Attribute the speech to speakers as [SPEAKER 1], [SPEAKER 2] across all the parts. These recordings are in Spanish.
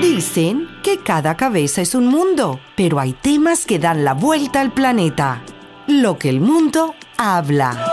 [SPEAKER 1] Dicen que cada cabeza es un mundo, pero hay temas que dan la vuelta al planeta. Lo que el mundo habla.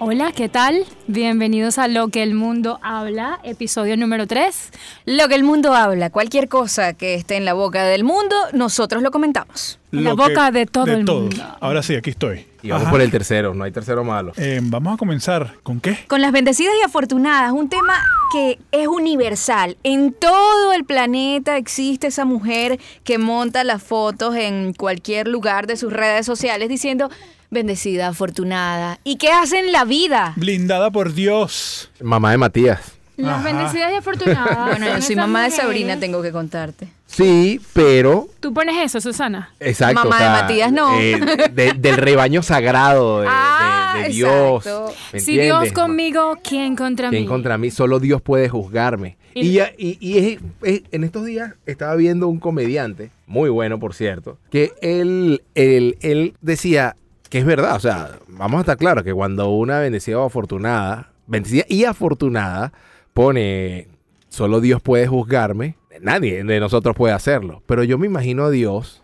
[SPEAKER 2] Hola, ¿qué tal? Bienvenidos a Lo que el mundo habla, episodio número 3.
[SPEAKER 3] Lo que el mundo habla, cualquier cosa que esté en la boca del mundo, nosotros lo comentamos.
[SPEAKER 2] La
[SPEAKER 4] Lo
[SPEAKER 2] boca de todo el
[SPEAKER 4] todos.
[SPEAKER 2] mundo.
[SPEAKER 4] Ahora sí, aquí estoy.
[SPEAKER 5] Y vamos
[SPEAKER 4] Ajá.
[SPEAKER 5] por el tercero, no hay tercero malo.
[SPEAKER 4] Eh, vamos a comenzar. ¿Con qué?
[SPEAKER 3] Con las bendecidas y afortunadas, un tema que es universal. En todo el planeta existe esa mujer que monta las fotos en cualquier lugar de sus redes sociales diciendo bendecida, afortunada. ¿Y qué hace en la vida?
[SPEAKER 4] Blindada por Dios.
[SPEAKER 5] Mamá de Matías.
[SPEAKER 2] Las
[SPEAKER 4] Ajá.
[SPEAKER 2] bendecidas y afortunadas. son
[SPEAKER 3] Bueno, yo soy
[SPEAKER 2] esas
[SPEAKER 3] mamá de
[SPEAKER 2] mujeres.
[SPEAKER 3] Sabrina, tengo que contarte.
[SPEAKER 5] Sí, pero.
[SPEAKER 2] Tú pones eso, Susana.
[SPEAKER 5] Exacto.
[SPEAKER 3] Mamá
[SPEAKER 5] o sea,
[SPEAKER 3] de Matías, no.
[SPEAKER 5] eh, de- del rebaño sagrado de, de-
[SPEAKER 3] Ah,
[SPEAKER 5] de Dios.
[SPEAKER 3] exacto.
[SPEAKER 5] ¿me
[SPEAKER 2] Si Dios
[SPEAKER 5] entiendes?
[SPEAKER 2] conmigo, ¿quién contra
[SPEAKER 5] ¿Quién
[SPEAKER 2] mí?
[SPEAKER 5] contra mí? Solo Dios puede juzgarme.
[SPEAKER 2] Y-
[SPEAKER 5] Y, ya- y- y es- es- en estos días estaba viendo un comediante, muy bueno por cierto, que él, él, él decía que es verdad, o sea, vamos a estar claros que cuando una bendecida o afortunada, bendecida y afortunada, pone solo Dios puede juzgarme, nadie de nosotros puede hacerlo. Pero yo me imagino a Dios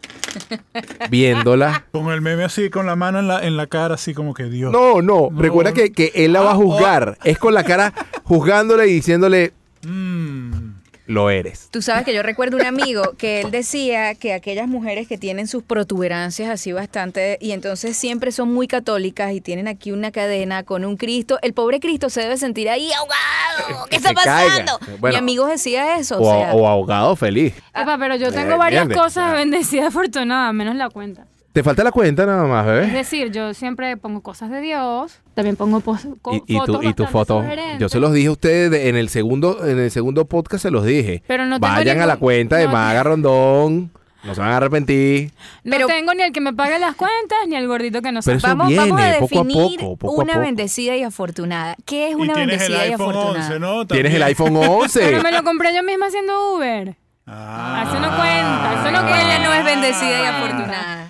[SPEAKER 5] viéndola.
[SPEAKER 4] Con el meme así, con la mano en la, en la cara, así como que Dios.
[SPEAKER 5] No, no, recuerda que, que él la va
[SPEAKER 4] Ah, oh.
[SPEAKER 5] a juzgar. Es con la cara juzgándole y diciéndole,
[SPEAKER 4] Mm.
[SPEAKER 5] lo eres.
[SPEAKER 3] Tú sabes que yo recuerdo un amigo que él decía que aquellas mujeres que tienen sus protuberancias así bastante y entonces siempre son muy católicas y tienen aquí una cadena con un Cristo, el pobre Cristo se debe sentir ahí ahogado. ¿Qué
[SPEAKER 5] Eh, Que
[SPEAKER 3] está
[SPEAKER 5] se caiga.
[SPEAKER 3] pasando?
[SPEAKER 5] Bueno.
[SPEAKER 3] Mi amigo decía eso.
[SPEAKER 5] O,
[SPEAKER 3] O sea,
[SPEAKER 5] o ahogado feliz.
[SPEAKER 2] Epa, pero yo
[SPEAKER 5] Eh,
[SPEAKER 2] tengo varias
[SPEAKER 5] ¿entiendes?
[SPEAKER 2] cosas bendecidas y afortunadas, menos la cuenta.
[SPEAKER 5] Te falta la cuenta nada más, ¿eh?
[SPEAKER 2] Es
[SPEAKER 5] bebé.
[SPEAKER 2] decir, yo siempre pongo cosas de Dios, también pongo pos- co-
[SPEAKER 5] Y, y tu,
[SPEAKER 2] fotos
[SPEAKER 5] y tu
[SPEAKER 2] bastante
[SPEAKER 5] foto.
[SPEAKER 2] sugerentes.
[SPEAKER 5] Yo se los dije a ustedes de- en el segundo, en el segundo podcast se los dije.
[SPEAKER 2] Pero no tengo
[SPEAKER 5] Vayan a la
[SPEAKER 2] ningún-
[SPEAKER 5] cuenta de
[SPEAKER 2] no-
[SPEAKER 5] Maga Rondón. No se van a arrepentir.
[SPEAKER 2] No
[SPEAKER 3] Pero-
[SPEAKER 2] tengo ni el que me pague las cuentas, ni el gordito que no
[SPEAKER 5] Pero
[SPEAKER 2] sabe.
[SPEAKER 5] eso
[SPEAKER 3] vamos, vamos a
[SPEAKER 5] viene poco a
[SPEAKER 3] definir
[SPEAKER 5] poco, poco a
[SPEAKER 3] una
[SPEAKER 5] poco.
[SPEAKER 3] bendecida y afortunada. ¿Qué es
[SPEAKER 4] Y
[SPEAKER 3] una
[SPEAKER 4] tienes el
[SPEAKER 3] bendecida y
[SPEAKER 4] iPhone
[SPEAKER 3] afortunada?
[SPEAKER 4] 11, ¿no? También.
[SPEAKER 5] Tienes el iPhone 11.
[SPEAKER 2] Pero me lo compré yo misma haciendo Uber.
[SPEAKER 4] Ah.
[SPEAKER 2] Eso no cuenta, eso no
[SPEAKER 3] Ella
[SPEAKER 2] cuenta.
[SPEAKER 3] no es bendecida y afortunada.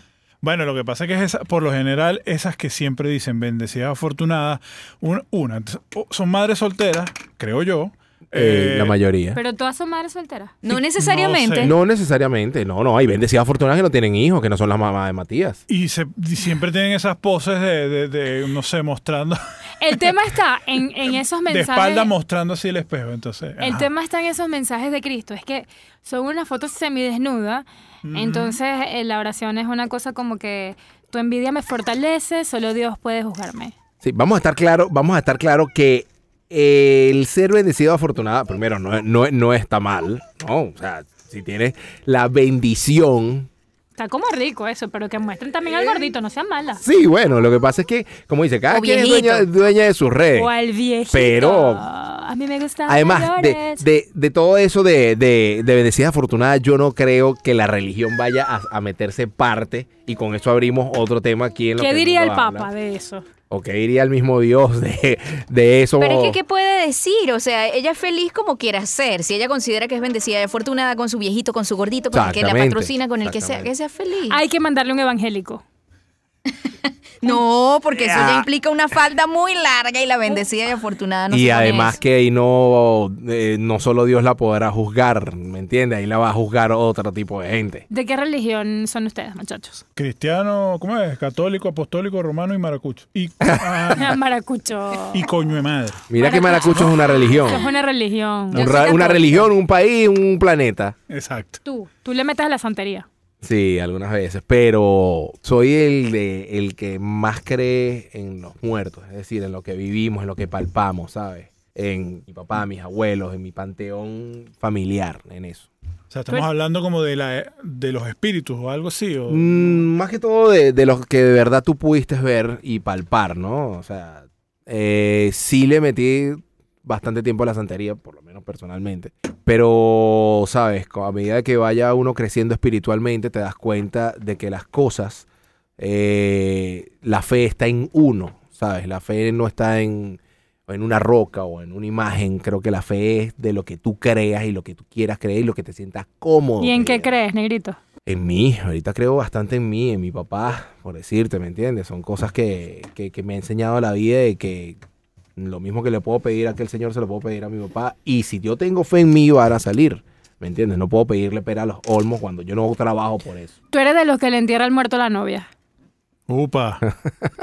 [SPEAKER 4] Bueno, lo que pasa es que es esa- por lo general, esas que siempre dicen bendecidas afortunadas, una, una, t- o- son madres solteras, creo yo.
[SPEAKER 5] Eh,
[SPEAKER 4] eh,
[SPEAKER 5] la mayoría.
[SPEAKER 2] Pero todas son madres solteras.
[SPEAKER 3] No necesariamente.
[SPEAKER 4] sé.
[SPEAKER 5] No necesariamente. No, no. Hay bendecidas afortunadas que no tienen hijos, que no son las mamás de Matías.
[SPEAKER 4] Y, se- y siempre tienen esas poses de, de- de, no sé, mostrando,
[SPEAKER 2] El tema está en, en esos
[SPEAKER 4] de
[SPEAKER 2] mensajes.
[SPEAKER 4] espalda mostrando así el espejo. Entonces,
[SPEAKER 2] El
[SPEAKER 4] ajá.
[SPEAKER 2] tema está en esos mensajes de Cristo. Es que son una foto semidesnuda. Entonces, eh, la oración es una cosa como que tu envidia me fortalece, solo Dios puede juzgarme.
[SPEAKER 5] Sí, vamos a estar claro, vamos a estar claro que eh, el ser bendecido o afortunada, primero, no, no, no está mal. No, o sea, si tienes la bendición
[SPEAKER 2] Está como rico eso, pero que muestren también al gordito, no sean malas.
[SPEAKER 5] Sí, bueno, lo que pasa es que, como dice, cada
[SPEAKER 3] O
[SPEAKER 5] quien es
[SPEAKER 3] viejito.
[SPEAKER 5] dueña, dueña de sus redes.
[SPEAKER 2] O al viejito.
[SPEAKER 5] Pero-
[SPEAKER 2] A mí me gusta.
[SPEAKER 5] Además de,
[SPEAKER 2] Dolores.
[SPEAKER 5] de- de todo eso de, de, de bendecida afortunada, yo no creo que la religión vaya a, a meterse parte y con eso abrimos otro tema aquí en lo
[SPEAKER 2] ¿Qué
[SPEAKER 5] que
[SPEAKER 2] diría el
[SPEAKER 5] mundo
[SPEAKER 2] Papa
[SPEAKER 5] habla.
[SPEAKER 2] de eso?
[SPEAKER 5] ¿O qué diría el mismo Dios de, de eso?
[SPEAKER 3] Pero es que, ¿qué puede decir? O sea, ella es feliz como quiera ser. Si ella considera que es bendecida y afortunada con su viejito, con su gordito, con el que la
[SPEAKER 5] Exactamente,
[SPEAKER 3] patrocina, con el que sea,
[SPEAKER 5] exactamente.
[SPEAKER 3] que sea feliz.
[SPEAKER 2] Hay que mandarle un evangélico.
[SPEAKER 3] no, porque eso ya
[SPEAKER 5] Ah.
[SPEAKER 3] implica una falda muy larga y la bendecida y afortunada Ah, no se
[SPEAKER 5] y
[SPEAKER 3] pone
[SPEAKER 5] además
[SPEAKER 3] eso.
[SPEAKER 5] que ahí no, eh, no solo Dios la podrá juzgar, ¿me entiendes? Ahí la va a juzgar otro tipo de gente.
[SPEAKER 2] ¿De qué religión son ustedes, muchachos?
[SPEAKER 4] Cristiano, ¿cómo es? Católico, apostólico, romano y maracucho. Y, ah,
[SPEAKER 2] Maracucho.
[SPEAKER 4] y coño de madre.
[SPEAKER 5] Mira que Maracucho es una religión.
[SPEAKER 2] Eso es una religión.
[SPEAKER 5] Un ra- una religión, un país, un planeta.
[SPEAKER 4] Exacto.
[SPEAKER 2] Tú, tú le metes a la santería.
[SPEAKER 5] Sí, algunas veces, pero soy el de el que más cree en los muertos, es decir, en lo que vivimos, en lo que palpamos, ¿sabes? En mi papá, mis abuelos, en mi panteón familiar, en eso.
[SPEAKER 4] O sea, estamos hablando como de, la, de los espíritus o algo así. O,
[SPEAKER 5] Mm, más que todo de, de los que de verdad tú pudiste ver y palpar, ¿no? O sea, eh, sí le metí bastante tiempo a la santería, por lo menos personalmente. Pero, ¿sabes? Co- A medida que vaya uno creciendo espiritualmente, te das cuenta de que las cosas, eh, la fe está en uno, ¿sabes? La fe no está en, en una roca o en una imagen. Creo que la fe es de lo que tú creas y lo que tú quieras creer y lo que te sientas cómodo.
[SPEAKER 2] ¿Y en qué
[SPEAKER 5] creyendo.
[SPEAKER 2] crees, negrito?
[SPEAKER 5] En mí, ahorita creo bastante en mí, en mi papá, por decirte, ¿me entiendes? Son cosas que, que- que me ha enseñado la vida y que lo mismo que le puedo pedir a aquel señor se lo puedo pedir a mi papá. Y si yo tengo fe en mí, van a salir. ¿Me entiendes? No puedo pedirle pera a los olmos cuando yo no trabajo por eso.
[SPEAKER 2] Tú eres de los que le entierra al muerto la novia.
[SPEAKER 4] Upa.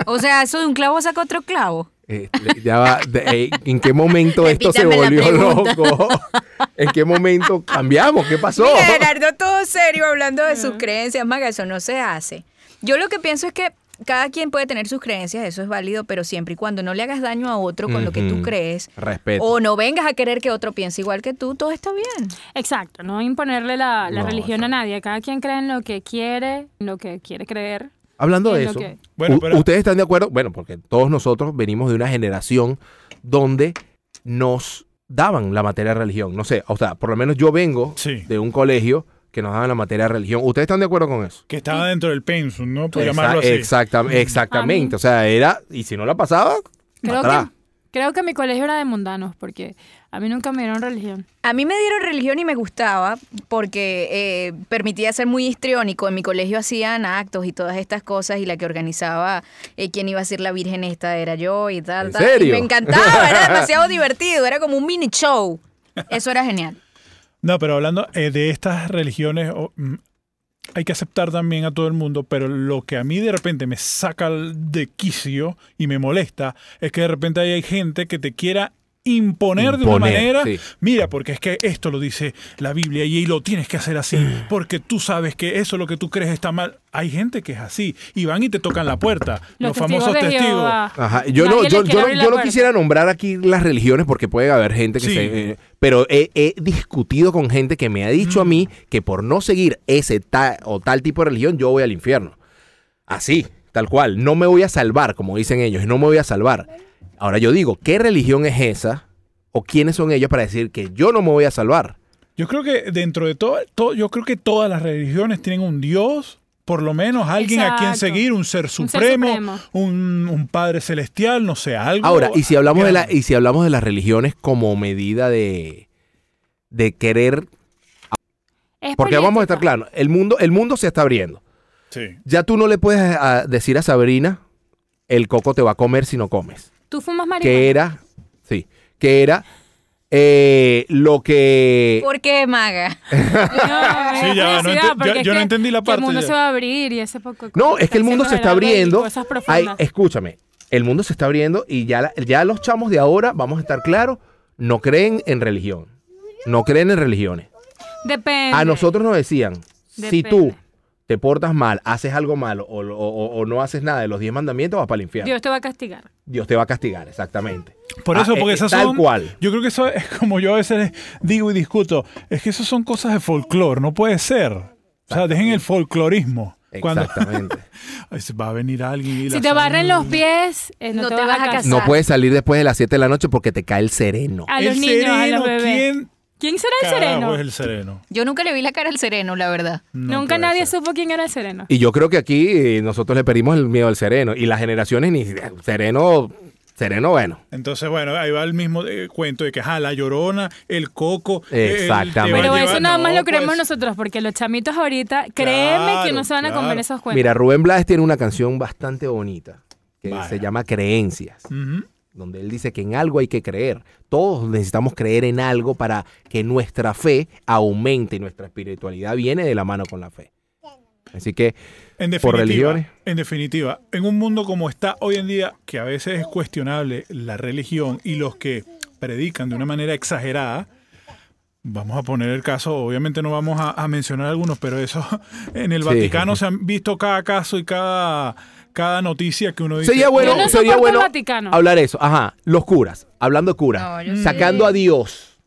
[SPEAKER 3] O sea, eso de un clavo saca otro clavo.
[SPEAKER 5] Eh, le- ya va, de- eh, ¿En qué momento esto se
[SPEAKER 3] Repítame la
[SPEAKER 5] volvió
[SPEAKER 3] pregunta.
[SPEAKER 5] loco? ¿En qué momento cambiamos? ¿Qué pasó?
[SPEAKER 3] Mira, Gerardo, todo serio, hablando de sus creencias. Maga, eso no se hace. Yo lo que pienso es que cada quien puede tener sus creencias, eso es válido, pero siempre y cuando no le hagas daño a otro con lo que tú
[SPEAKER 5] Ujú.
[SPEAKER 3] crees,
[SPEAKER 5] Respeto.
[SPEAKER 3] o no vengas a querer que otro piense igual que tú, todo está bien.
[SPEAKER 2] Exacto, no imponerle la, la
[SPEAKER 5] No,
[SPEAKER 2] religión
[SPEAKER 5] exacto.
[SPEAKER 2] a nadie. Cada quien cree en lo que quiere, en lo que quiere creer.
[SPEAKER 5] Hablando
[SPEAKER 2] Es
[SPEAKER 5] de
[SPEAKER 2] lo
[SPEAKER 5] eso,
[SPEAKER 2] que-
[SPEAKER 4] Bueno,
[SPEAKER 5] u-
[SPEAKER 4] pero-
[SPEAKER 5] ¿ustedes están de acuerdo? Bueno, porque todos nosotros venimos de una generación donde nos daban la materia de religión. No sé, o sea, por lo menos yo vengo
[SPEAKER 4] Sí.
[SPEAKER 5] de un colegio que nos daban la materia de religión. ¿Ustedes están de acuerdo con eso?
[SPEAKER 4] Que estaba dentro del pensum, ¿no? Por
[SPEAKER 5] Exa-
[SPEAKER 4] llamarlo así.
[SPEAKER 5] exactam- exactamente. O sea, era, y si no la pasaba,
[SPEAKER 2] Creo
[SPEAKER 5] atrás.
[SPEAKER 2] que, creo que mi colegio era de mundanos, porque a mí nunca me dieron religión.
[SPEAKER 3] A mí me dieron religión y me gustaba porque eh, permitía ser muy histriónico. En mi colegio hacían actos y todas estas cosas y la que organizaba eh, quién iba a ser la virgen esta era yo y tal.
[SPEAKER 5] ¿En
[SPEAKER 3] tal.
[SPEAKER 5] serio?
[SPEAKER 3] Y me encantaba, era demasiado divertido, era como un mini show. Eso era genial.
[SPEAKER 4] No, pero hablando eh, de estas religiones, o, mm, hay que aceptar también a todo el mundo, pero lo que a mí de repente me saca el- de quicio y me molesta es que de repente ahí hay gente que te quiera imponer, de una
[SPEAKER 5] Imponer,
[SPEAKER 4] manera.
[SPEAKER 5] sí.
[SPEAKER 4] Mira, porque es que esto lo dice la Biblia y lo tienes que hacer así,
[SPEAKER 5] Mm.
[SPEAKER 4] porque tú sabes que eso lo que tú crees está mal. Hay gente que es así y van y te tocan la puerta. Los,
[SPEAKER 2] Los, testigos
[SPEAKER 4] famosos
[SPEAKER 2] de
[SPEAKER 4] testigos.
[SPEAKER 2] Jehová.
[SPEAKER 5] Ajá, Yo,
[SPEAKER 2] Nadie
[SPEAKER 5] no,
[SPEAKER 2] les
[SPEAKER 5] yo,
[SPEAKER 2] quiere
[SPEAKER 5] yo no-
[SPEAKER 2] abrir la
[SPEAKER 5] yo no
[SPEAKER 2] puerta.
[SPEAKER 5] quisiera nombrar aquí las religiones porque puede haber gente que
[SPEAKER 4] Sí.
[SPEAKER 5] se... eh, pero he, he discutido con gente que me ha dicho a mí que por no seguir ese ta- o tal tipo de religión yo voy al infierno. Así, tal cual. No me voy a salvar, como dicen ellos. No me voy a salvar. Ahora yo digo, ¿qué religión es esa? ¿O quiénes son ellos para decir que yo no me voy a salvar?
[SPEAKER 4] Yo creo que dentro de todo, todo- yo creo que todas las religiones tienen un Dios, por lo menos alguien a quien
[SPEAKER 2] Exacto.
[SPEAKER 4] seguir, un ser
[SPEAKER 2] ser
[SPEAKER 4] supremo, un,
[SPEAKER 2] supremo.
[SPEAKER 4] un padre celestial, no sé, algo.
[SPEAKER 5] Ahora, y si hablamos de la,
[SPEAKER 4] grande.
[SPEAKER 5] y si hablamos de las religiones como medida de, de querer,
[SPEAKER 2] Es
[SPEAKER 5] porque vamos a estar
[SPEAKER 2] política.
[SPEAKER 5] claros, el mundo, el mundo se está abriendo.
[SPEAKER 4] Sí.
[SPEAKER 5] Ya tú no le puedes eh, a- decir a Sabrina el coco te va a comer si no comes.
[SPEAKER 2] Tú fumas marihuana.
[SPEAKER 5] Que era, sí, que era eh, lo que
[SPEAKER 3] ¿Por qué, Maga?
[SPEAKER 2] No, me
[SPEAKER 4] Sí,
[SPEAKER 2] da
[SPEAKER 4] ya, no
[SPEAKER 2] curiosidad,
[SPEAKER 4] ente-
[SPEAKER 2] porque
[SPEAKER 4] ya-
[SPEAKER 2] es
[SPEAKER 4] yo no
[SPEAKER 2] que-
[SPEAKER 4] entendí la
[SPEAKER 2] que
[SPEAKER 4] parte
[SPEAKER 2] El mundo
[SPEAKER 4] ya.
[SPEAKER 2] se va a abrir y ese poco. de
[SPEAKER 5] No,
[SPEAKER 2] cosas
[SPEAKER 5] es que el mundo se
[SPEAKER 2] diciendo
[SPEAKER 5] está
[SPEAKER 2] Gerardo y
[SPEAKER 5] abriendo.
[SPEAKER 2] Cosas
[SPEAKER 5] Ay,
[SPEAKER 2] profundas.
[SPEAKER 5] escúchame, el mundo se está abriendo y ya, la- ya los chamos de ahora, vamos a estar claros, no creen en religión. No creen en religiones.
[SPEAKER 2] Depende.
[SPEAKER 5] A nosotros nos decían, si
[SPEAKER 2] Depende.
[SPEAKER 5] tú te portas mal, haces algo malo o, lo- o- o no haces nada de los 10 mandamientos, vas para el infierno. Dios,
[SPEAKER 2] Dios te va a castigar.
[SPEAKER 5] te va a castigar, exactamente.
[SPEAKER 4] Por
[SPEAKER 5] Ah,
[SPEAKER 4] eso,
[SPEAKER 5] eh,
[SPEAKER 4] porque
[SPEAKER 5] eh,
[SPEAKER 4] esas
[SPEAKER 5] tal
[SPEAKER 4] son.
[SPEAKER 5] cual.
[SPEAKER 4] Yo creo que eso es como yo a veces digo y discuto. Es que eso son cosas de folclore, no puede ser. O sea, dejen el folclorismo. Cuando
[SPEAKER 5] Exactamente.
[SPEAKER 4] Ay, se va a venir alguien y la
[SPEAKER 2] Si te barren
[SPEAKER 4] salud.
[SPEAKER 2] los pies, eh, no, te, vas a casar.
[SPEAKER 5] no puedes salir después de las 7 de la noche porque te cae el sereno.
[SPEAKER 2] A
[SPEAKER 4] El
[SPEAKER 2] los niños, a
[SPEAKER 4] sereno,
[SPEAKER 2] los bebés. ¿Quién,
[SPEAKER 4] ¿quién
[SPEAKER 2] será el
[SPEAKER 4] carajo
[SPEAKER 2] sereno?
[SPEAKER 4] es el sereno?
[SPEAKER 3] Yo nunca le vi la cara al sereno, la verdad.
[SPEAKER 4] No
[SPEAKER 2] Nunca
[SPEAKER 4] puede
[SPEAKER 2] nadie
[SPEAKER 4] ser.
[SPEAKER 2] supo quién era el sereno.
[SPEAKER 5] Y yo creo que aquí eh, nosotros le perdimos el miedo al sereno. Y las generaciones ni eh, sereno, sereno, bueno.
[SPEAKER 4] Entonces, bueno, ahí va el mismo eh, cuento de que, ajá, la llorona, el coco. eh,
[SPEAKER 5] Exactamente.
[SPEAKER 4] el te
[SPEAKER 2] Pero
[SPEAKER 4] va a
[SPEAKER 2] eso
[SPEAKER 4] llevar-
[SPEAKER 2] nada más
[SPEAKER 4] no,
[SPEAKER 2] lo creemos
[SPEAKER 4] pues,
[SPEAKER 2] nosotros, porque los chamitos ahorita, créeme que
[SPEAKER 4] Claro,
[SPEAKER 2] no se van a
[SPEAKER 4] claro.
[SPEAKER 2] comer esos cuentos.
[SPEAKER 5] Mira, Rubén Blades tiene una canción bastante bonita que
[SPEAKER 4] Vaya.
[SPEAKER 5] se llama Creencias.
[SPEAKER 4] ujú.
[SPEAKER 5] donde él dice que en algo hay que creer. Todos necesitamos creer en algo para que nuestra fe aumente y nuestra espiritualidad viene de la mano con la fe. Así que,
[SPEAKER 4] En
[SPEAKER 5] Por
[SPEAKER 4] definitiva,
[SPEAKER 5] religiones.
[SPEAKER 4] en definitiva, en un mundo como está hoy en día, que a veces es cuestionable la religión y los que predican de una manera exagerada, vamos a poner el caso, obviamente no vamos a, a mencionar algunos, pero eso en el
[SPEAKER 5] Sí.
[SPEAKER 4] Vaticano se han visto cada caso y cada, cada noticia que uno dice.
[SPEAKER 5] sería bueno,
[SPEAKER 2] Yo no
[SPEAKER 5] sería
[SPEAKER 2] soporto
[SPEAKER 5] bueno
[SPEAKER 2] el Vaticano.
[SPEAKER 5] hablar eso. Ajá, los curas, hablando de curas,
[SPEAKER 3] No, yo
[SPEAKER 5] sacando
[SPEAKER 3] sí.
[SPEAKER 5] a Dios,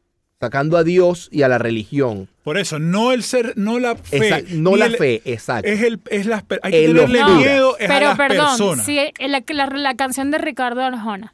[SPEAKER 5] sacando a Dios y a la religión.
[SPEAKER 4] Por eso, no el ser, no la fe.
[SPEAKER 5] Esa- no
[SPEAKER 4] ni
[SPEAKER 5] la
[SPEAKER 4] el-
[SPEAKER 5] fe, exacto.
[SPEAKER 4] Es el, es las, per- hay que
[SPEAKER 5] En los
[SPEAKER 4] tenerle
[SPEAKER 5] curas.
[SPEAKER 4] miedo es a
[SPEAKER 2] Pero
[SPEAKER 4] las
[SPEAKER 2] perdón,
[SPEAKER 4] personas.
[SPEAKER 2] si el- la, la- la canción de Ricardo Arjona.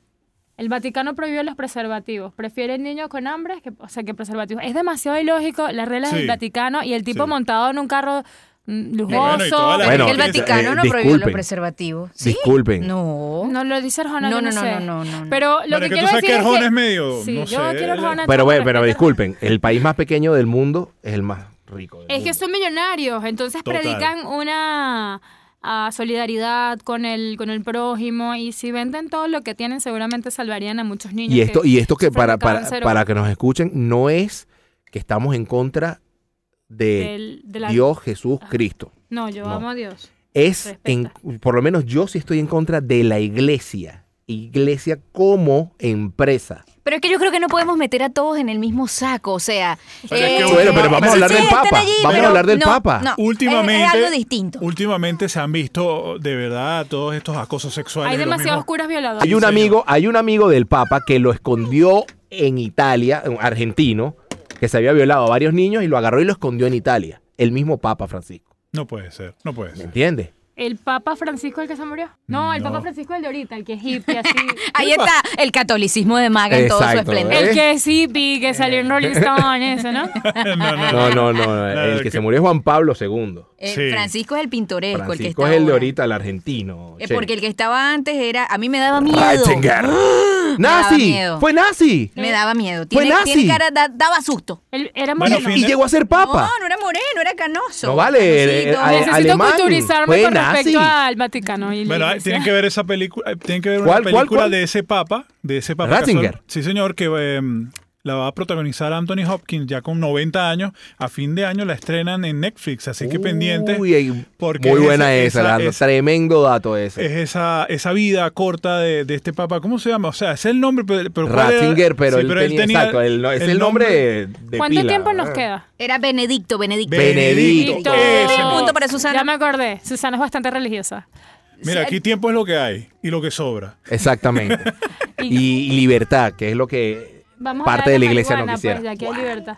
[SPEAKER 2] El Vaticano prohibió los preservativos. Prefieren niños con hambre que, o sea, que preservativos. Es demasiado ilógico las reglas
[SPEAKER 4] Sí.
[SPEAKER 2] del Vaticano y el tipo
[SPEAKER 4] Sí.
[SPEAKER 2] montado en un carro mm, lujoso.
[SPEAKER 4] bueno, y toda
[SPEAKER 3] Pero
[SPEAKER 4] la-
[SPEAKER 3] es
[SPEAKER 4] Bueno,
[SPEAKER 3] que el
[SPEAKER 4] eh,
[SPEAKER 3] Vaticano no prohibió
[SPEAKER 5] disculpen.
[SPEAKER 3] los preservativos. ¿Sí?
[SPEAKER 5] Disculpen.
[SPEAKER 3] No.
[SPEAKER 2] No lo dice Arjona.
[SPEAKER 3] No,
[SPEAKER 2] yo
[SPEAKER 3] no, no,
[SPEAKER 2] sé.
[SPEAKER 3] no, no, no, no.
[SPEAKER 2] Pero lo
[SPEAKER 4] Bueno,
[SPEAKER 2] que,
[SPEAKER 4] es que
[SPEAKER 2] quiero
[SPEAKER 4] tú sabes
[SPEAKER 2] decir
[SPEAKER 4] que
[SPEAKER 2] es
[SPEAKER 4] Arjona
[SPEAKER 2] que-
[SPEAKER 4] es medio,
[SPEAKER 2] Sí,
[SPEAKER 4] no
[SPEAKER 2] yo
[SPEAKER 4] sé. eh,
[SPEAKER 2] quiero Arjona.
[SPEAKER 5] Pero
[SPEAKER 2] todo
[SPEAKER 5] bueno, pero
[SPEAKER 2] respeto.
[SPEAKER 5] disculpen, el país más pequeño del mundo es el más rico. del
[SPEAKER 2] Es que
[SPEAKER 5] mundo.
[SPEAKER 2] son millonarios, entonces
[SPEAKER 4] Total.
[SPEAKER 2] predican una ah, solidaridad con el con el prójimo y si venden todo lo que tienen seguramente salvarían a muchos niños.
[SPEAKER 5] Y esto,
[SPEAKER 2] que
[SPEAKER 5] y esto que
[SPEAKER 2] sufren
[SPEAKER 5] para,
[SPEAKER 2] de
[SPEAKER 5] para,
[SPEAKER 2] cáncer o-
[SPEAKER 5] para que nos escuchen, no es que estamos en contra de
[SPEAKER 2] del- de la-
[SPEAKER 5] Eh, Dios Jesús Cristo.
[SPEAKER 2] No, yo
[SPEAKER 5] No.
[SPEAKER 2] amo a Dios.
[SPEAKER 5] Es, en, por lo menos yo sí estoy en contra de la iglesia. Iglesia como empresa.
[SPEAKER 3] Pero es que yo creo que no podemos meter a todos en el mismo saco, o sea. eh,
[SPEAKER 4] Pero es que
[SPEAKER 5] Bueno, pero vamos a
[SPEAKER 3] sí,
[SPEAKER 5] hablar del
[SPEAKER 3] están
[SPEAKER 5] Papa. Vamos a
[SPEAKER 3] pero
[SPEAKER 5] hablar del
[SPEAKER 3] no,
[SPEAKER 5] Papa.
[SPEAKER 3] no, es-
[SPEAKER 4] Últimamente,
[SPEAKER 3] Es, algo distinto.
[SPEAKER 4] Últimamente se han visto de verdad todos estos acosos sexuales.
[SPEAKER 2] Hay
[SPEAKER 4] los
[SPEAKER 2] demasiados
[SPEAKER 4] mismos-
[SPEAKER 2] curas violadores.
[SPEAKER 5] Hay un
[SPEAKER 4] señor.
[SPEAKER 5] amigo, hay un amigo del Papa que lo escondió en Italia, un argentino, que se había violado a varios niños y lo agarró y lo escondió en Italia. El mismo Papa Francisco.
[SPEAKER 4] No puede ser, no puede
[SPEAKER 5] ¿Me
[SPEAKER 4] ser.
[SPEAKER 5] entiendes?
[SPEAKER 2] ¿El Papa Francisco el que se murió? No, el
[SPEAKER 4] No.
[SPEAKER 2] Papa Francisco el de ahorita, el que es hippie, así.
[SPEAKER 3] Ahí está el catolicismo de Maga en todo su
[SPEAKER 5] Exacto,
[SPEAKER 3] esplendor.
[SPEAKER 5] ¿eh?
[SPEAKER 2] el que es hippie, que salió en Rolling Stone, eso, ¿no?
[SPEAKER 4] no, no,
[SPEAKER 5] No, no, no. El que
[SPEAKER 4] que-
[SPEAKER 5] se murió es Juan Pablo II.
[SPEAKER 3] Eh,
[SPEAKER 4] Sí.
[SPEAKER 3] Francisco es el pintoresco, el que
[SPEAKER 5] Francisco
[SPEAKER 3] está
[SPEAKER 5] es el de
[SPEAKER 3] ahora.
[SPEAKER 5] ahorita, el argentino.
[SPEAKER 3] Eh,
[SPEAKER 5] che.
[SPEAKER 3] porque el que estaba antes era. A mí me daba miedo.
[SPEAKER 5] Ratzinger. ¡Nazi!
[SPEAKER 3] miedo.
[SPEAKER 5] ¡Fue nazi!
[SPEAKER 3] Me daba miedo. Tiene,
[SPEAKER 5] nazi.
[SPEAKER 3] tiene cara, da- daba susto.
[SPEAKER 2] Él era
[SPEAKER 4] Bueno,
[SPEAKER 2] moreno.
[SPEAKER 5] Y
[SPEAKER 4] Fina-
[SPEAKER 5] llegó a ser papa.
[SPEAKER 3] No, no era moreno, era canoso.
[SPEAKER 5] No vale, eh,
[SPEAKER 3] Canosito.
[SPEAKER 5] eh,
[SPEAKER 2] Necesito
[SPEAKER 5] alemán,
[SPEAKER 2] culturizarme
[SPEAKER 5] fue
[SPEAKER 2] con
[SPEAKER 5] nazi.
[SPEAKER 2] respecto al Vaticano. y la
[SPEAKER 4] Bueno, ah,
[SPEAKER 2] iglesia.
[SPEAKER 4] tienen que ver esa película, eh, tienen que ver
[SPEAKER 5] ¿Cuál,
[SPEAKER 4] una
[SPEAKER 5] cuál,
[SPEAKER 4] película
[SPEAKER 5] cuál?
[SPEAKER 4] de ese papa, de ese papa.
[SPEAKER 5] Ratzinger.
[SPEAKER 4] casual. Sí, señor, que eh, la va a protagonizar Anthony Hopkins ya con 90 años. A fin de año la estrenan en Netflix, así que pendiente.
[SPEAKER 5] Uy, ey,
[SPEAKER 4] porque
[SPEAKER 5] muy
[SPEAKER 4] esa-
[SPEAKER 5] buena esa,
[SPEAKER 4] esa- eh,
[SPEAKER 5] Lando.
[SPEAKER 4] esa-
[SPEAKER 5] Tremendo dato ese.
[SPEAKER 4] Es esa, esa vida corta de, de este papa. ¿Cómo se llama? O sea, es el nombre, pero. pero ¿cuál era?
[SPEAKER 5] Ratzinger, pero,
[SPEAKER 4] Sí,
[SPEAKER 5] él, tenía, exacto, el, no- es el, nombre de de
[SPEAKER 2] ¿Cuánto
[SPEAKER 5] pila,
[SPEAKER 2] tiempo nos
[SPEAKER 5] ¿verdad?
[SPEAKER 2] queda?
[SPEAKER 3] Era Benedicto, Benedicto.
[SPEAKER 5] Benedicto.
[SPEAKER 4] Benedicto. Ese
[SPEAKER 3] Un
[SPEAKER 4] mismo.
[SPEAKER 3] punto para Susana.
[SPEAKER 2] Ya me acordé. Susana es bastante religiosa.
[SPEAKER 4] Mira, aquí tiempo es lo que hay y lo que sobra.
[SPEAKER 5] Exactamente. y, y libertad, que es lo que
[SPEAKER 2] Vamos a
[SPEAKER 5] parte
[SPEAKER 2] hablar
[SPEAKER 5] de la iglesia no
[SPEAKER 2] marihuana,
[SPEAKER 5] quisiera.
[SPEAKER 2] Pues, ya que hay libertad.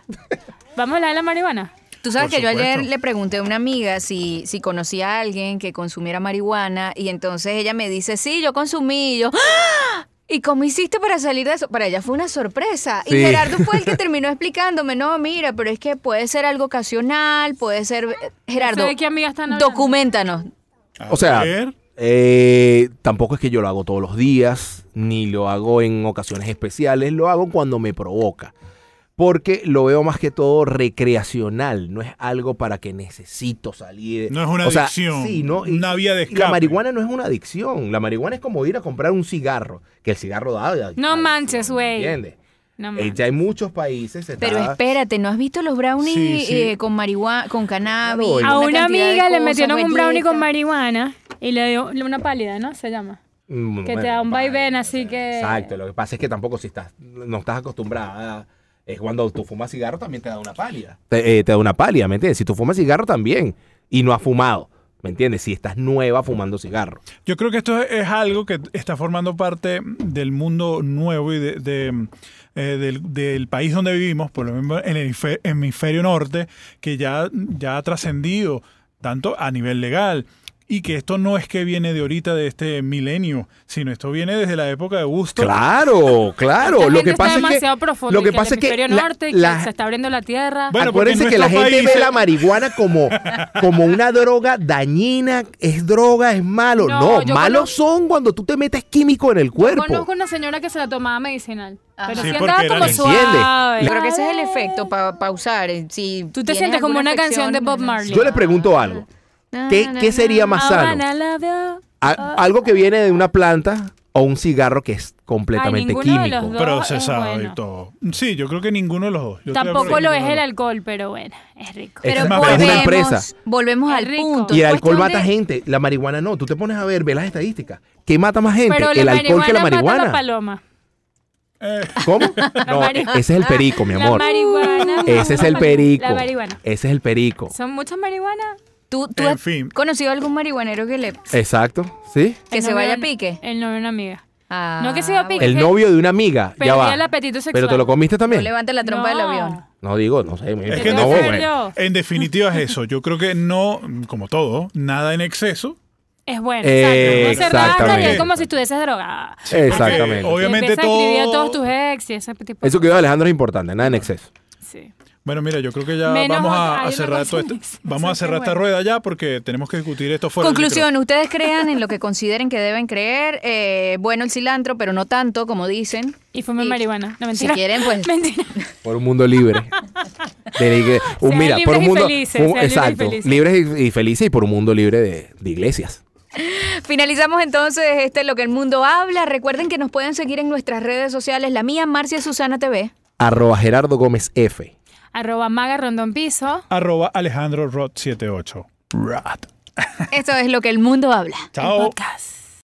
[SPEAKER 2] Vamos a hablar de la marihuana.
[SPEAKER 3] Tú sabes
[SPEAKER 4] Por
[SPEAKER 3] que yo ayer
[SPEAKER 4] supuesto.
[SPEAKER 3] le pregunté a una amiga si, si conocía a alguien que consumiera marihuana y entonces ella me dice, sí, yo consumí. Y yo, "¡Ah! ¿y cómo hiciste para salir de eso? Para ella fue una sorpresa.
[SPEAKER 5] Sí.
[SPEAKER 3] Y Gerardo fue el que terminó explicándome, no, mira, pero es que puede ser algo ocasional, puede ser... eh, Gerardo,
[SPEAKER 2] No sé de qué amiga están hablando.
[SPEAKER 3] documentanos.
[SPEAKER 4] A
[SPEAKER 5] O sea,
[SPEAKER 4] ver.
[SPEAKER 5] eh, tampoco es que yo lo hago todos los días, ni lo hago en ocasiones especiales, lo hago cuando me provoca. Porque lo veo más que todo recreacional, no es algo para que necesito salir.
[SPEAKER 4] No es una
[SPEAKER 5] O sea,
[SPEAKER 4] adicción,
[SPEAKER 5] sí, ¿no? Y-
[SPEAKER 4] una vía de
[SPEAKER 5] y La
[SPEAKER 4] escape.
[SPEAKER 5] marihuana no es una adicción, la marihuana es como ir a comprar un cigarro, que el cigarro da. da-
[SPEAKER 2] No
[SPEAKER 5] adicción,
[SPEAKER 2] manches, güey.
[SPEAKER 5] ¿Entiendes?
[SPEAKER 2] No,
[SPEAKER 5] Eh,
[SPEAKER 2] man.
[SPEAKER 5] ya hay muchos países. se
[SPEAKER 3] Pero
[SPEAKER 5] está-
[SPEAKER 3] espérate, ¿no has visto los brownies
[SPEAKER 4] Ah. Sí, sí.
[SPEAKER 3] eh, con marihuana, con cannabis?
[SPEAKER 5] Claro, y-
[SPEAKER 2] a una
[SPEAKER 3] cantidad de
[SPEAKER 2] amiga le
[SPEAKER 3] cosas,
[SPEAKER 2] metieron un brownie con
[SPEAKER 3] galletas?
[SPEAKER 2] marihuana y le dio una pálida, ¿no? Se llama.
[SPEAKER 5] Mm,
[SPEAKER 2] Que te
[SPEAKER 5] bueno,
[SPEAKER 2] da un
[SPEAKER 5] vale,
[SPEAKER 2] vaivén,
[SPEAKER 5] o
[SPEAKER 2] así
[SPEAKER 5] sea,
[SPEAKER 2] que-
[SPEAKER 5] Exacto, lo que pasa es que tampoco si estás, no estás acostumbrada, a- es cuando tú fumas cigarro también te da una pálida. Te, eh, te da una pálida, ¿me entiendes? Si tú fumas cigarro también y no has fumado, ¿me entiendes? Si estás nueva fumando cigarro.
[SPEAKER 4] Yo creo que esto es, es algo que está formando parte del mundo nuevo y de, de, eh, del, del país donde vivimos, por lo menos en el hemisfe- hemisferio norte, que ya, ya ha trascendido tanto a nivel legal. Y que esto no es que viene de ahorita, de este milenio, sino esto viene desde la época de Gusto.
[SPEAKER 5] Claro, claro.
[SPEAKER 2] Esta
[SPEAKER 5] Lo
[SPEAKER 2] gente
[SPEAKER 5] que
[SPEAKER 2] está
[SPEAKER 5] pasa es que
[SPEAKER 2] demasiado profundo
[SPEAKER 5] lo
[SPEAKER 2] y
[SPEAKER 5] que pasa es
[SPEAKER 2] el
[SPEAKER 5] que
[SPEAKER 2] hemisferio
[SPEAKER 5] la-
[SPEAKER 2] norte, y que
[SPEAKER 5] la-
[SPEAKER 2] se está abriendo la tierra.
[SPEAKER 4] Bueno, porque
[SPEAKER 5] Acuérdense
[SPEAKER 4] en
[SPEAKER 5] que la
[SPEAKER 4] nuestros
[SPEAKER 5] gente ve
[SPEAKER 4] países-
[SPEAKER 5] la marihuana como, como una droga dañina, es droga, es malo. No,
[SPEAKER 2] No, yo
[SPEAKER 5] malos son cuando tú te metes químico en el cuerpo.
[SPEAKER 2] Conozco una señora que se la tomaba medicinal.
[SPEAKER 3] Ajá.
[SPEAKER 2] Pero
[SPEAKER 4] Sí,
[SPEAKER 2] sí
[SPEAKER 4] porque
[SPEAKER 2] andaba
[SPEAKER 4] era
[SPEAKER 2] como
[SPEAKER 4] la-
[SPEAKER 2] suave.
[SPEAKER 5] Entiende.
[SPEAKER 3] Yo creo que ese es el efecto para pausar. eh, Si
[SPEAKER 2] Ah. Tú te
[SPEAKER 3] tienes
[SPEAKER 2] sientes como
[SPEAKER 3] alguna
[SPEAKER 2] una canción de
[SPEAKER 3] afección,
[SPEAKER 2] Bob
[SPEAKER 3] no, no,
[SPEAKER 2] Marley.
[SPEAKER 5] Yo les pregunto algo. ¿Qué, qué sería más sano?
[SPEAKER 2] Habana, labio.
[SPEAKER 5] A- algo que viene de una planta o un cigarro que es completamente
[SPEAKER 2] Ay, ninguno de los
[SPEAKER 5] químico.
[SPEAKER 2] dos.
[SPEAKER 4] procesado
[SPEAKER 2] es bueno.
[SPEAKER 4] y todo. Sí, yo creo que ninguno de los dos. Yo estoy de
[SPEAKER 2] Tampoco lo
[SPEAKER 4] acuerdo
[SPEAKER 2] es
[SPEAKER 4] con
[SPEAKER 2] el
[SPEAKER 4] ninguno de
[SPEAKER 2] alcohol, pero bueno, es rico.
[SPEAKER 5] Es-
[SPEAKER 3] Pero
[SPEAKER 4] más,
[SPEAKER 3] volvemos,
[SPEAKER 4] pero es
[SPEAKER 5] una empresa.
[SPEAKER 3] volvemos
[SPEAKER 2] Es
[SPEAKER 3] al
[SPEAKER 2] rico.
[SPEAKER 3] punto.
[SPEAKER 5] Y el
[SPEAKER 3] Es
[SPEAKER 5] alcohol
[SPEAKER 3] cuestión
[SPEAKER 5] mata
[SPEAKER 3] de-
[SPEAKER 5] gente, la marihuana no. Tú te pones a ver, ve las estadísticas. ¿Qué mata más gente?
[SPEAKER 2] pero
[SPEAKER 5] el alcohol que la
[SPEAKER 2] mata a
[SPEAKER 5] marihuana.
[SPEAKER 2] la paloma.
[SPEAKER 4] los- Eh,
[SPEAKER 5] ¿Cómo? No,
[SPEAKER 2] mari- Ah,
[SPEAKER 5] ese es el perico, mi amor.
[SPEAKER 2] La marihuana.
[SPEAKER 5] Ese es el
[SPEAKER 2] la
[SPEAKER 5] perico.
[SPEAKER 2] La marihuana.
[SPEAKER 5] Ese es el perico.
[SPEAKER 2] ¿Son muchas marihuanas?
[SPEAKER 3] ¿Tú, tú
[SPEAKER 4] En
[SPEAKER 3] has
[SPEAKER 4] fin.
[SPEAKER 3] conocido algún marihuanero que, le,
[SPEAKER 5] Exacto, ¿sí?
[SPEAKER 3] que se vaya a pique?
[SPEAKER 2] El novio de una amiga.
[SPEAKER 3] Ah,
[SPEAKER 2] No que se iba a pique.
[SPEAKER 5] El novio de una amiga.
[SPEAKER 2] Perdí
[SPEAKER 5] ya va.
[SPEAKER 2] el apetito sexual.
[SPEAKER 5] Pero te lo comiste
[SPEAKER 3] No
[SPEAKER 5] también.
[SPEAKER 3] levanta la trompa del
[SPEAKER 2] No.
[SPEAKER 3] avión.
[SPEAKER 5] No digo, no sé. me-
[SPEAKER 4] Es que
[SPEAKER 5] no,
[SPEAKER 4] no-
[SPEAKER 5] güey.
[SPEAKER 2] Yo.
[SPEAKER 4] En definitiva es eso. Yo creo que no, como todo, nada en exceso.
[SPEAKER 2] Es bueno.
[SPEAKER 5] Eh,
[SPEAKER 2] exacto. No se rasca y
[SPEAKER 5] exactamente.
[SPEAKER 2] es como si estuvieses drogada.
[SPEAKER 5] Exactamente.
[SPEAKER 4] Porque Obviamente
[SPEAKER 2] Empiezas a escribir a
[SPEAKER 4] todo-
[SPEAKER 2] todos tus ex y ese tipo de
[SPEAKER 5] Eso que dijo Alejandro es importante, nada en exceso.
[SPEAKER 2] Sí.
[SPEAKER 4] Bueno, mira, yo creo que ya
[SPEAKER 2] Menos
[SPEAKER 4] vamos
[SPEAKER 2] otra-
[SPEAKER 4] a,
[SPEAKER 2] hay
[SPEAKER 4] a
[SPEAKER 2] una
[SPEAKER 4] cerrar
[SPEAKER 2] cosa
[SPEAKER 4] todo
[SPEAKER 2] en
[SPEAKER 4] esto.
[SPEAKER 2] exceso,
[SPEAKER 4] Vamos a
[SPEAKER 2] qué
[SPEAKER 4] cerrar esta
[SPEAKER 2] bueno.
[SPEAKER 4] rueda ya porque tenemos que discutir esto fuera. del
[SPEAKER 3] Conclusión, ustedes crean en lo que consideren que deben creer. eh, bueno, el cilantro, pero no tanto, como dicen.
[SPEAKER 2] Y fumé
[SPEAKER 3] Y-
[SPEAKER 2] marihuana. No,
[SPEAKER 3] Si
[SPEAKER 2] mentira.
[SPEAKER 3] quieren, pues
[SPEAKER 2] Mentira.
[SPEAKER 5] Por un mundo libre. De la igle- un-
[SPEAKER 2] Sean
[SPEAKER 5] mira, por
[SPEAKER 2] libres
[SPEAKER 5] un
[SPEAKER 2] y
[SPEAKER 5] mundo.
[SPEAKER 2] felices,
[SPEAKER 5] un-
[SPEAKER 2] sean libres y
[SPEAKER 5] exacto.
[SPEAKER 2] felices.
[SPEAKER 5] Libres y, y felices y por un mundo libre de, de iglesias.
[SPEAKER 3] Finalizamos entonces este Lo que el mundo habla. Recuerden que nos pueden seguir en nuestras redes sociales. La mía, Marcia Susana TV.
[SPEAKER 5] Arroba Gerardo Gómez F.
[SPEAKER 2] arroba maga rondón piso.
[SPEAKER 4] Arroba Alejandro Rod 78. Rod.
[SPEAKER 3] Eso es lo que el mundo habla.
[SPEAKER 4] Chao.
[SPEAKER 2] Podcast.